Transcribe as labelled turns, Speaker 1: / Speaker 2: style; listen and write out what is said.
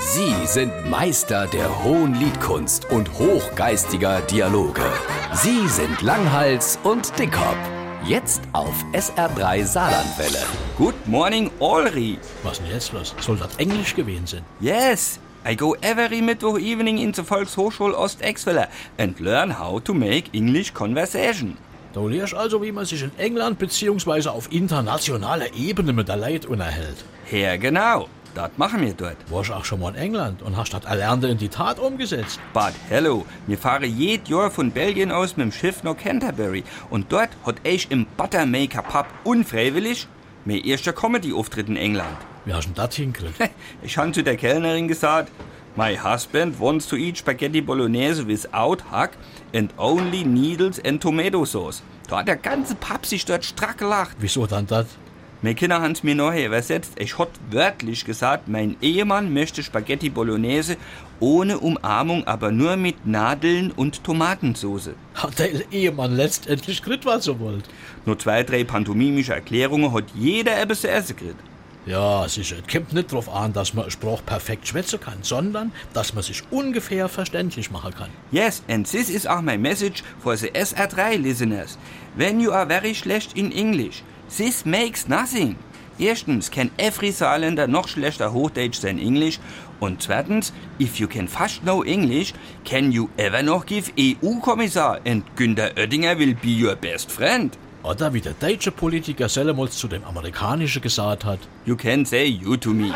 Speaker 1: Sie sind Meister der hohen Liedkunst und hochgeistiger Dialoge. Sie sind Langhals und Dickhop. Jetzt auf SR3 Saarlandwelle.
Speaker 2: Good morning, Olri.
Speaker 3: Was denn jetzt los? Soll das Englisch gewesen sein?
Speaker 2: Yes, I go every Mittwoch evening in the Volkshochschule Ost-Exwelle and learn how to make English conversation.
Speaker 3: Du lernst also, wie man sich in England beziehungsweise auf internationaler Ebene mit der Leid unterhält.
Speaker 2: Herr genau, das machen wir dort.
Speaker 3: Warst auch schon mal in England und hast das Erlernte in die Tat umgesetzt.
Speaker 2: But hello, wir fahren jedes Jahr von Belgien aus mit dem Schiff nach Canterbury und dort hat ich im Buttermaker Pub unfreiwillig mein erster Comedy-Auftritt in England.
Speaker 3: Wie hast du denn das hingekriegt?
Speaker 2: Ich habe zu der Kellnerin gesagt, My husband wants to eat spaghetti bolognese without Hack and only needles and tomato sauce. Da hat der ganze Pub sich dort strack gelacht.
Speaker 3: Wieso dann das?
Speaker 2: Meine Kinder haben's mir neu übersetzt. Ich hat wörtlich gesagt, mein Ehemann möchte Spaghetti Bolognese ohne Umarmung, aber nur mit Nadeln und Tomatensauce.
Speaker 3: Hat der Ehemann letztendlich gekriegt, was er wollte?
Speaker 2: Nur zwei, drei pantomimische Erklärungen hat jeder etwas zu essen gekriegt.
Speaker 3: Ja, sicher. Es kommt nicht darauf an, dass man Spruch perfekt schwätzen kann, sondern dass man sich ungefähr verständlich machen kann.
Speaker 2: Yes, and this is auch my message for the SR3 listeners. When you are very schlecht in English, this makes nothing. Erstens can every Saarländer noch schlechter Hochdeutsch sein Englisch. Und zweitens, if you can fast know English, can you ever noch give EU-Kommissar and Günter Oettinger will be your best friend.
Speaker 3: Oder wie der deutsche Politiker Selemols zu dem amerikanischen gesagt hat,
Speaker 2: You can say you to me.